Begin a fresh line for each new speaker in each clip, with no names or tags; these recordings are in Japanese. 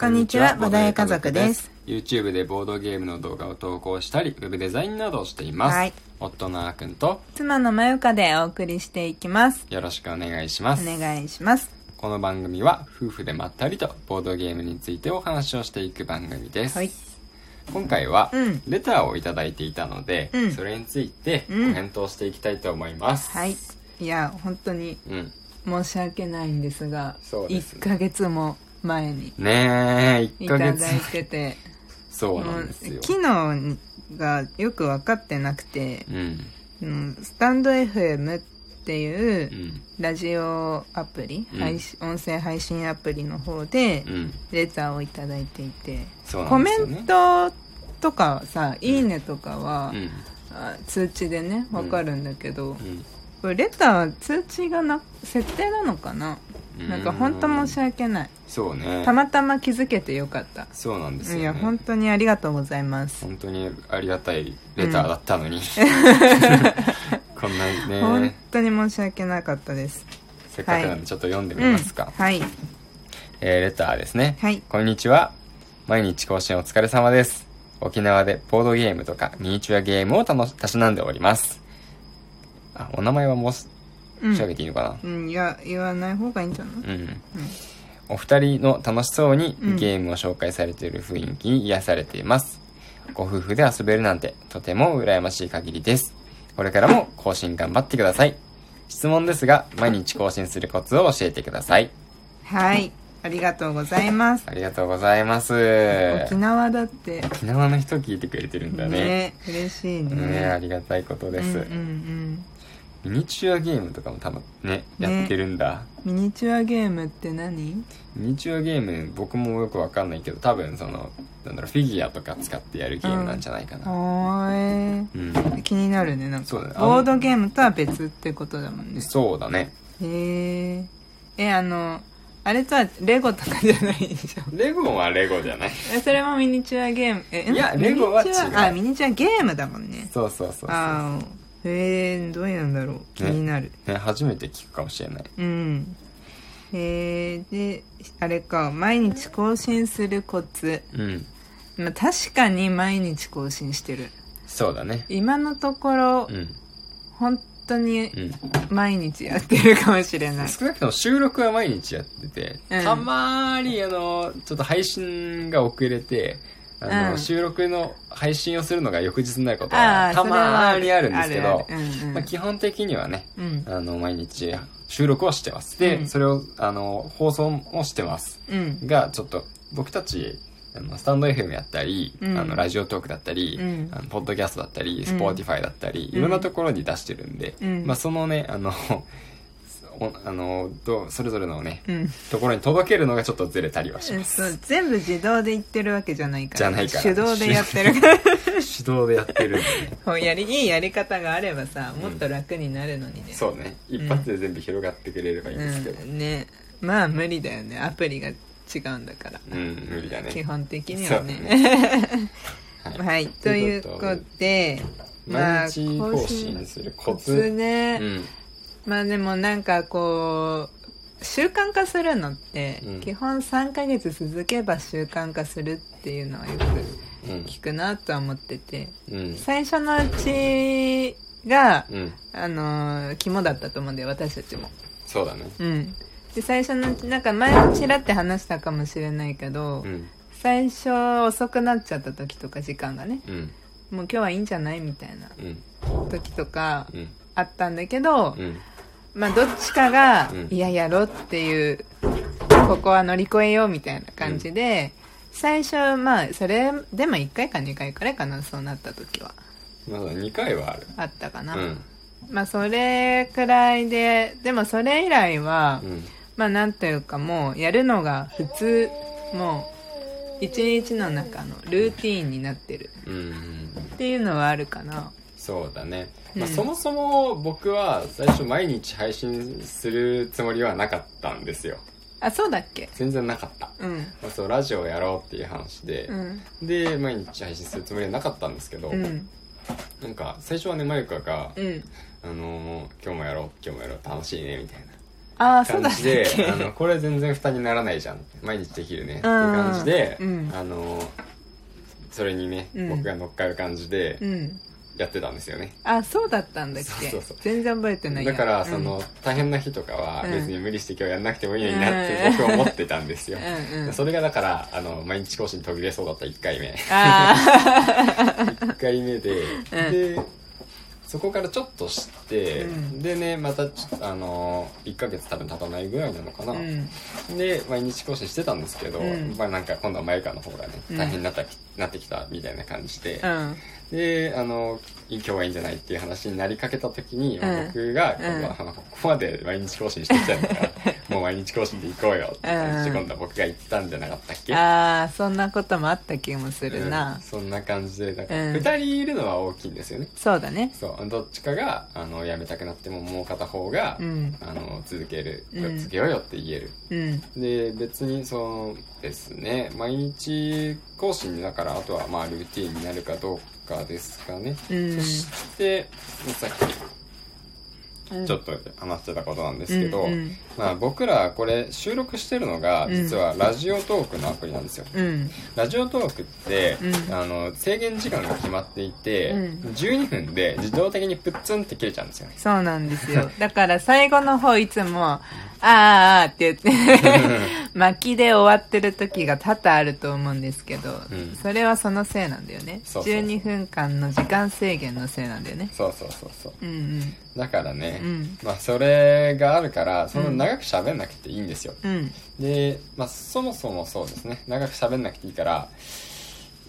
こんにちはボドゲ家族です
YouTube でボードゲームの動画を投稿したりウェブデザインなどをしています、
はい
夫のあーくんと
妻のまゆかでお送りしていきます
よろしくお願いしま
お
す
願いします
この番組は夫婦でまったりとボードゲームについてお話をしていく番組です、
はい
今回は
うん
レターをいただいていたので、
うん
それについてご
うん
返答していきたいと思います、
はいいや本当に
うん
申し訳ないんですが
そうです
1ヶ月も前に
ねえ
い
1
た
ヶ
だい
月
てて
そうな
も
ん
う
ですよ
機能がよく分かってなくて
うん
うんスタンド FM っていううんラジオアプリ、
うん
配信音声配信アプリの方で
うん
レターをいただいていて、
そうな
コ
んで
メ
すよね
ントとかさ「いいね」とかは、
うん
あ通知でねわかるんだけど、
うん
これレターは通知がな設定なのかな、なんか本当申し訳ない
そうね
たまたま気づけてよかった、
そうなんですよ、
い
ね、
や本当にありがとうございます、
本当にありがたいレターだったのに、 こんなに
本
ね
当に申し訳なかったです
せっかくなんでちょっと読んでみますか、
うん、はい
えーレターですね、
はい
こんにちは毎日更新お疲れ様です沖縄でボードゲームとかミニチュアゲームを楽したしなんでおりますあお名前はもうす
うん
調べていいのかな、
うん、いや言わない方がいいんじゃない、
うんお二人の楽しそうにゲームを紹介されている雰囲気に癒されています、ご夫婦で遊べるなんてとても羨ましい限りですこれからも更新頑張ってください質問ですが毎日更新するコツを教えてください
はいありがとうございます
ありがとうございます
沖縄だって
沖縄の人聞いてくれてるんだね
嬉しいね
ねありがたいことです、
うんうん
ミニチュアゲームとかもたまね
ね
やってるんだ
うん、ミニチュアゲームって何
ミニチュアゲーム僕もよくわかんないけど多分そのなんだろうフィギュアとか使ってやるゲームなんじゃないかな、
あー
うん
えー気になるねなんか
そうだねあの
ボードゲームとは別ってことだもんね
そうだね
へええあのあれとはレゴとかじゃないで しょ
レゴはレゴじゃない
えそれもミニチュアゲームえん
いや
ミニチュア
レゴは違う
あミニチュアゲームだもんね
そうそうそうそ
ああへえどういうのだろう気になる、
う、ね、初めて聞くかもしれない
うんえー、であれか毎日更新するコツ、
うん
まあ、確かに毎日更新してる
そうだね
今のところ、
うん
本当に
うん
毎日やってるかもしれない
少なくとも収録は毎日やってて、
うん
たまーにあのちょっと配信が遅れてあの、
うん
収録の配信をするのが翌日になること
あ
は
あ
た
それは
まーにあるんですけど
あるあるうんうん
まあ、基本的にはね
うん
あの毎日収録をしてますで、
うん
それをあの放送もしてます
うん
がちょっと僕たちあのスタンド FM やったり、
うん
あのラジオトークだったり、
うん
あのポッドキャストだったり、
ん
スポーティファイだったり、いろんなところに出してるんで、
うん
まあ、そのねあの おあのどうそれぞれのね、
うん
ところに届けるのがちょっとずれたりはします
そう全部自動で言ってるわけじゃないから
じゃないから
手動でやってるから
手動でやってるんでね
こうやりいいやり方があればさもっと楽になるのにね、
そうね一発で全部広がってくれればいいんですけど、
うん、ねまあ無理だよねアプリが違うんだから、
うん無理だね
基本的にはね
そうね
はい、ということでまあ
毎日更新するコ
コ
ツ、
ツね、
うん
まあでもなんかこう習慣化するのって、
うん
基本3ヶ月続けば習慣化するっていうのはよく
うん
聞くなとは思ってて
うん
最初のうちが、
うん
あのー肝だったと思うんだよ私たちも
そうだね
うんで最初のうちなんか前ちらって話したかもしれないけど、
うん
最初遅くなっちゃった時とか時間がね
うん
もう今日はいいんじゃないみたいな
うん
時とか
うん
あったんだけど、
うん
まあどっちかが
うん
「いややろ」っていうここは乗り越えようみたいな感じで、最初まあそれでも1回か2回くらいかなそうなった時は
まだ2回はある
あったかな、
うん
まあそれくらいででもそれ以来は、
うん
まあなんというかもうやるのが普通もう一日の中のルーティーンになってる
うん
っていうのはあるかな
そうだね、まあ、
うん
そもそも僕は最初毎日配信するつもりはなかったんですよ
あそうだっけ
全然なかった、
うん
まあ、そうラジオをやろうっていう話で
う、ん
で毎日配信するつもりはなかったんですけど、
うん
なんか最初はねまゆかが、
うん
あのー今日もやろう今日もやろう楽しいね」みたいな
ああそうだ
感
ったっ
じで
け
あのこれ全然負担にならないじゃん毎日できるねって感じで、
うん
あのそれにね、
うん
僕が乗っかる感じで
うん
やってたんですよね、
あそうだったんだっけ
そうそうそう
全然覚えてないや
だからそ
うん
の、大変な日とかは
うん
別に無理して今日やんなくてもいいのになって僕は思ってたんですよ、
うんうん
それがだからあの毎日更新途切れそうだった1回目
あ
1回目で、
うん
でそこからちょっとして、
うん
でねまたちょっとあの1ヶ月多分経たないぐらいなのかな、
あうん
で毎日更新してたんですけど、
うん
まあなんか今度は眉川の方がね
うん
大変になったき、なってきたみたいな感じで、
うん
であの今日はいいんじゃないっていう話になりかけた時に、
うん
僕が、
うん
まあここまで毎日更新してきたんだから もう毎日更新で行こうよって感じ
う
で
ん
今度は僕が言ってたんじゃなかったっけ、
ああそんなこともあった気もするな、
うんそんな感じでだから
うん
2人いるのは大きいんですよね、
そうだね
そうどっちかがあの辞めたくなってももう片方が、
うん
あの続ける、
うん
続けようよって言える
うん
で別にそうですね毎日更新だからあとはまあルーティンになるかどうかですかね、
うん
そしてさっきちょっと話してたことなんですけど、
うんうん
まあ、僕らこれ収録してるのが
うん
実はラジオトークのアプリなんですよ、
うん
ラジオトークって、
うん
あの制限時間が決まっていて、
うん
12分で自動的にプッツンって切れちゃうんですよね
そうなんですよだから最後の方いつも「あーあー」って言って 巻きで終わってる時が多々あると思うんですけど、
ん
それはそのせいなんだよね
そうそうそう
12分間の時間制限のせいなんだよね
そうそうそうそう
うん
だからね、
うん
まあそれがあるからそんな長く喋んなくていいんですよ、
うんうん
で、まあ、そもそもそうですね長く喋んなくていいから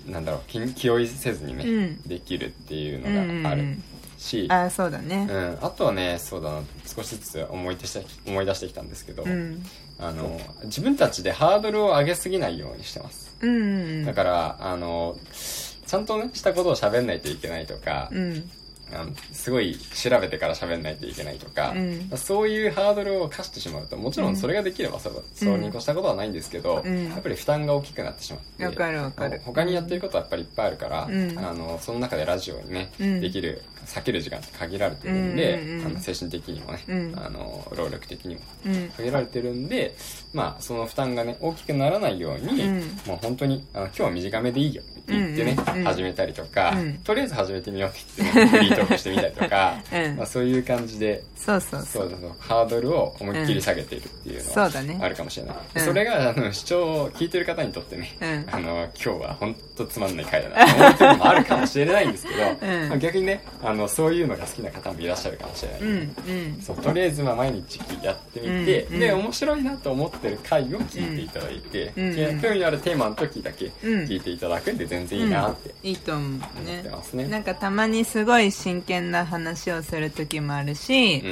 なんだろう気気負いせずにね、
うん
できるっていう
うんう
の
ん
があ
う
る
ん
し、うん
ああそうだね
あとはねそうだな少しずつ思い出して思い出してきたんですけど、
うん
あの自分たちでハードルを上げすぎないようにしてます、
うんうんう
だ
ん
からあのちゃんとねしたことを喋んないといけないとか、
うん
あのすごい調べてから喋んないといけないとか、
うん
そういうハードルを課してしまうともちろんそれができればそれそうに越したことはないんですけど、
うん
やっぱり負担が大きくなってしまって
わかるわかる
あの他にやってることはやっぱりいっぱいあるから、
うん
あのその中でラジオにね、
うん
できる避ける時間って限られてるんで、
うんうんうん
あの精神的にもね、
うん
あの労力的にも
うん
限られてるんで、まあ、その負担がね大きくならないように、
うん
もう本当にあの今日は短めでいいよって言ってね、
うんうんうん
始めたりとか、
うん
とりあえず始めてみようって言って、ね、フリートークしてみたりとか、
うん
まあ、そういう感じで。
そうそうそ
そううそうそうハードルを思いっきり下げているっていうの
うんそうだね
はあるかもしれない、
うん
それがあの視聴を聞いてる方にとってね、
うん
あの今日は本当つまんない回だなと思うこともあるかもしれないんですけど、
うん
まあ逆にねあのそういうのが好きな方もいらっしゃるかもしれない、
うんうん
そうとりあえずまあ毎日やってみて、
うんうん
で面白いなと思ってる回を聞いていただいて、
うん
で
うん
興味のあるテーマの時だけ聞いていただくんで全然いいなって
いいと思う
思っ
ね
てますね。
なんかたまにすごい真剣な話をする時もあるし、
うん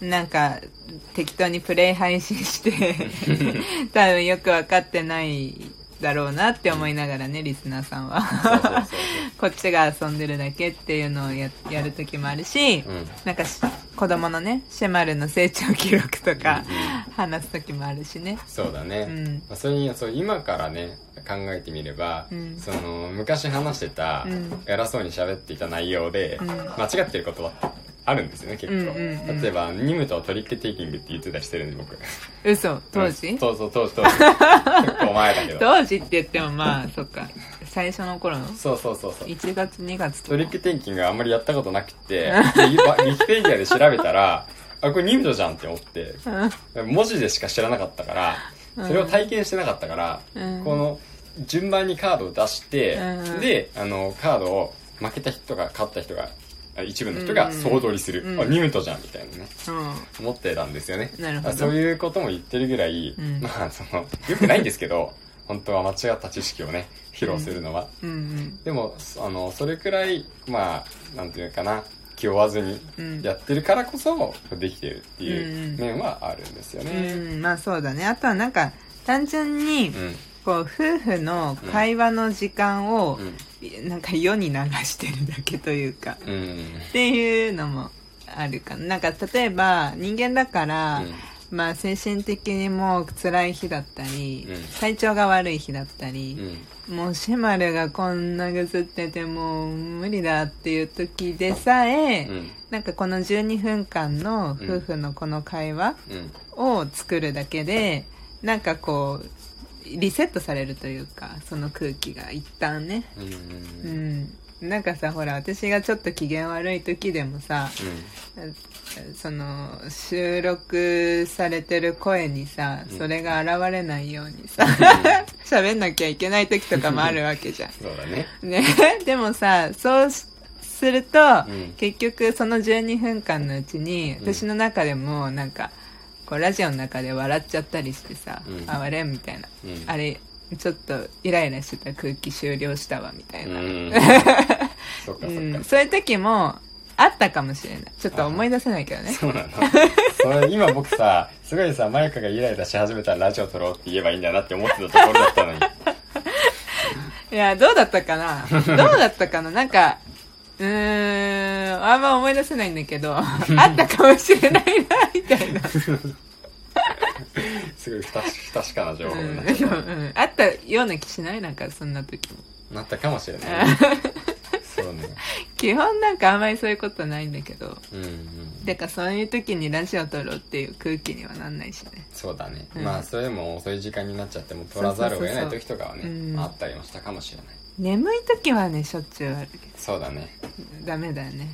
なんか適当にプレイ配信して 多分よく分かってないだろうなって思いながらねリスナーさん
そうそう
は
そう
こっちが遊んでるだけっていうのをややる時もあるし、
うん
なんかし子供のねシェマルの成長記録とか
う
話す時もあるしね
そうだね、
うん
まあそれにそう今からね考えてみれば、
うん
その昔話してた、
うん
偉そうに喋っていた内容で、
ん
間違ってることはあるんですよね結構、
うんうんうん
例えばニムとトリックテイキングって言ってたりしてるんで僕
嘘当時、
うんそうそう当時当時 結構前だけど
当時って言ってもまあそっか最初の頃の
そうそうそうそう
1月2月と
ト
か
リックテイキングあんまりやったことなく て、でウィキペディアで調べたら、あ、これニムドじゃんって思って、文字でしか知らなかったから、それを体験してなかったから、
うん
この順番にカードを出して、
うん
で、あの、カードを負けた人が勝った人が、あ一部の人が総取りする。
うん
あ、ニムドじゃんみたいなね。
うん
思ってたんですよね
なるほど
そういうことも言ってるぐらい、
ん
まあそのよくないんですけど本当は間違った知識をね披露するのは、
うんうん
でもそあのそれくらいまあなんていうかな気負わずに
うん
やってるからこそできてるって
うん
いううん面はあるんですよね。
うんまあそうだねあとはなんか単純に
うん、
こう夫婦の会話の時間を
うん
なんか世に流してるだけというか
うん、
っていうのもあるかななんか例えば人間だから、
うん
まあ精神的にもう辛い日だったり、
うん
体調が悪い日だった
う
り、
ん
もうシェマルがこんなぐずっててもう無理だっていう時でさえ、
うん
なんかこの12分間の夫婦のこの会話
うん
を作るだけで、なんかこうリセットされるというかその空気が一旦ね
うんうん
う
うん
んなんかさほら私がちょっと機嫌悪い時でもさその収録されてる声にさ
うん
それが現れないようにさ 喋んなきゃいけない時とかもあるわけじゃん
そうだね
ね、 でもさそうしすると、
うん
結局その12分間のうちに
うん
私の中でもなんかこうラジオの中で笑っちゃったりしてさ「
うん
ああれ?」みたいな、
うん
あれちょっとイライラしてた空気終了したわみたいな、うん
うんそっかそっか、
そういう時もあったかもしれないちょっと思い出せないけどね
そうなのそれ今僕さすごいさマヤカがイライラし始めたらラジオ撮ろうって言えばいいんだなって思ってたところだったのに
いやどうだったかなどうだったかななんかうーんあんま思い出せないんだ けどあったかもしれないなみたいな
すごい不確不確かな情報になっちゃ
うん うんあったような気しないなんかそんな時も
うなったかもしれないねそうね
基本なんかあんまりそういうことないんだけど
うんうん
てかそういう時にラジオ撮ろうっていう空気にはなんないしね
そうだね、
うん
まあそれも遅い時間になっちゃっても撮らざるを得ない時とかはね
そうそうそううん
あったりもしたかもしれない
眠い時はねしょっちゅうあるけ
そうだね
どダメだよね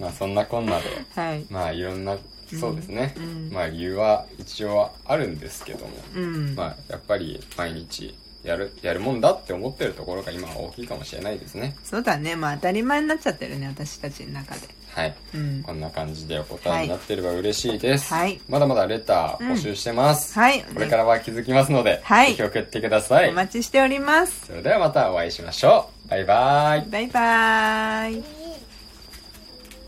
まあそんなこんなで
はい
まあいろんなそうですね、
うん
まあ理由は一応あるんですけども、
うん、
まあやっぱり毎日やるやるもんだって思ってるところが今は大きいかもしれないですね
そうだねまあ当たり前になっちゃってるね私たちの中で
はい
うん
こんな感じでお答えになってれば嬉しいです、
はい
まだまだレター募集してます、
はい
これからは気づきますので、
はい
ぜひ送ってください
お待ちしております
それではまたお会いしましょうバイバイ
バイバーイ